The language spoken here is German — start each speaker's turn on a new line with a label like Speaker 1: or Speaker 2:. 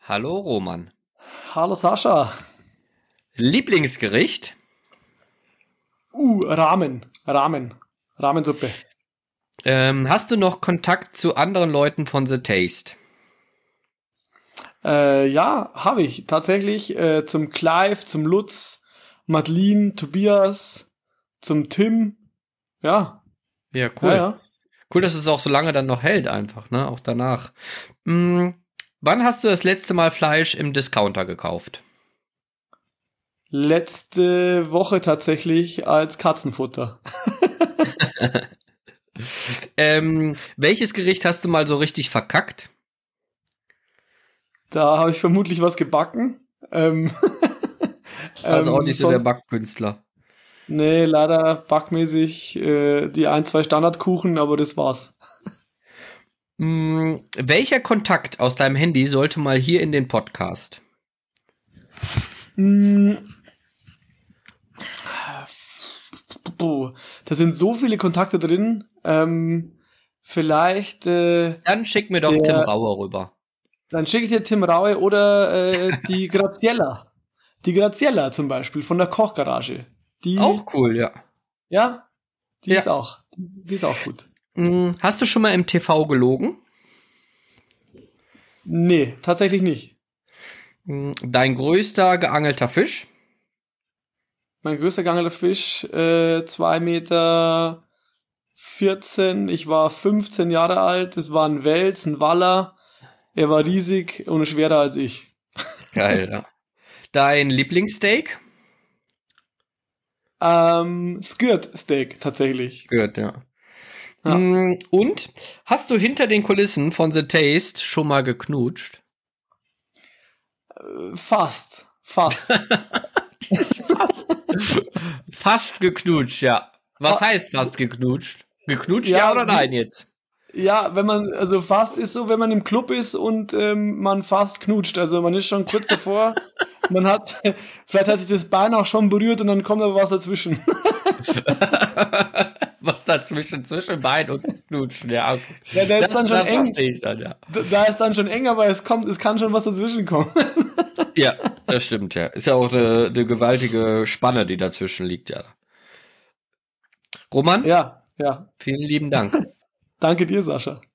Speaker 1: Hallo Roman.
Speaker 2: Hallo Sascha.
Speaker 1: Lieblingsgericht?
Speaker 2: Uh, Ramen. Ramen. Ramensuppe.
Speaker 1: Ähm, hast du noch Kontakt zu anderen Leuten von The Taste?
Speaker 2: Äh, ja, habe ich. Tatsächlich äh, zum Clive, zum Lutz, Madeline, Tobias, zum Tim. Ja,
Speaker 1: Ja,
Speaker 2: ja, ja.
Speaker 1: Cool, dass es auch so lange dann noch hält, einfach, ne? Auch danach. Hm, wann hast du das letzte Mal Fleisch im Discounter gekauft?
Speaker 2: Letzte Woche tatsächlich als Katzenfutter.
Speaker 1: Ähm, welches Gericht hast du mal so richtig verkackt?
Speaker 2: Da habe ich vermutlich was gebacken. Ähm,
Speaker 1: Also auch
Speaker 2: ähm,
Speaker 1: nicht so der
Speaker 2: sonst-
Speaker 1: Backkünstler.
Speaker 2: Nee, leider backmäßig äh, die ein, zwei Standardkuchen, aber das war's.
Speaker 1: Hm, welcher Kontakt aus deinem Handy sollte mal hier in den Podcast?
Speaker 2: Mm. Boah, Da sind so viele Kontakte drin. Ähm, vielleicht, äh,
Speaker 1: Dann schick mir doch
Speaker 2: Der-
Speaker 1: Tim Rauer rüber.
Speaker 2: dann schicke ich dir Tim Raue oder äh, die Graziella. Die Graziella zum Beispiel von der Kochgarage. Die,
Speaker 1: Auch cool, ja.
Speaker 2: Ja, die
Speaker 1: Ja.
Speaker 2: ist auch. Die ist auch gut.
Speaker 1: Hm, hast du schon mal im TV gelogen?
Speaker 2: Nee, tatsächlich nicht.
Speaker 1: Hm, Dein größter geangelter Fisch?
Speaker 2: Mein größter geangelter Fisch, äh, 2 Meter 14. Ich war 15 Jahre alt. Es war ein Wels, ein Waller. Er war riesig und schwerer als ich.
Speaker 1: Geil, ja. Dein Lieblingssteak?
Speaker 2: Ähm, Skirt-Steak tatsächlich.
Speaker 1: Gehört, ja.
Speaker 2: Ja.
Speaker 1: Mm, Und hast du hinter den Kulissen von The Taste schon mal geknutscht?
Speaker 2: Äh, Fast. Fast.
Speaker 1: Fast geknutscht, ja. Was
Speaker 2: Ah.
Speaker 1: heißt fast geknutscht? Geknutscht, ja,
Speaker 2: Ja,
Speaker 1: oder
Speaker 2: wie-
Speaker 1: nein jetzt?
Speaker 2: ja, wenn man, also fast ist so, wenn man im Club ist und ähm, man fast knutscht. Also man ist schon kurz davor. Man hat, vielleicht hat sich das Bein auch schon berührt und dann kommt aber was dazwischen.
Speaker 1: Was dazwischen, zwischen Bein und Knutschen, ja. Okay.
Speaker 2: Ja, da ist
Speaker 1: das
Speaker 2: dann schon
Speaker 1: das
Speaker 2: eng.
Speaker 1: verstehe ich dann, ja.
Speaker 2: Da- Da ist dann schon eng, aber es kommt, es kann schon was dazwischen kommen.
Speaker 1: Ja, das stimmt, ja. Ist ja auch eine, eine gewaltige Spanne, die dazwischen liegt, ja. Roman,
Speaker 2: Ja, ja.
Speaker 1: vielen lieben Dank.
Speaker 2: Danke dir, Sascha.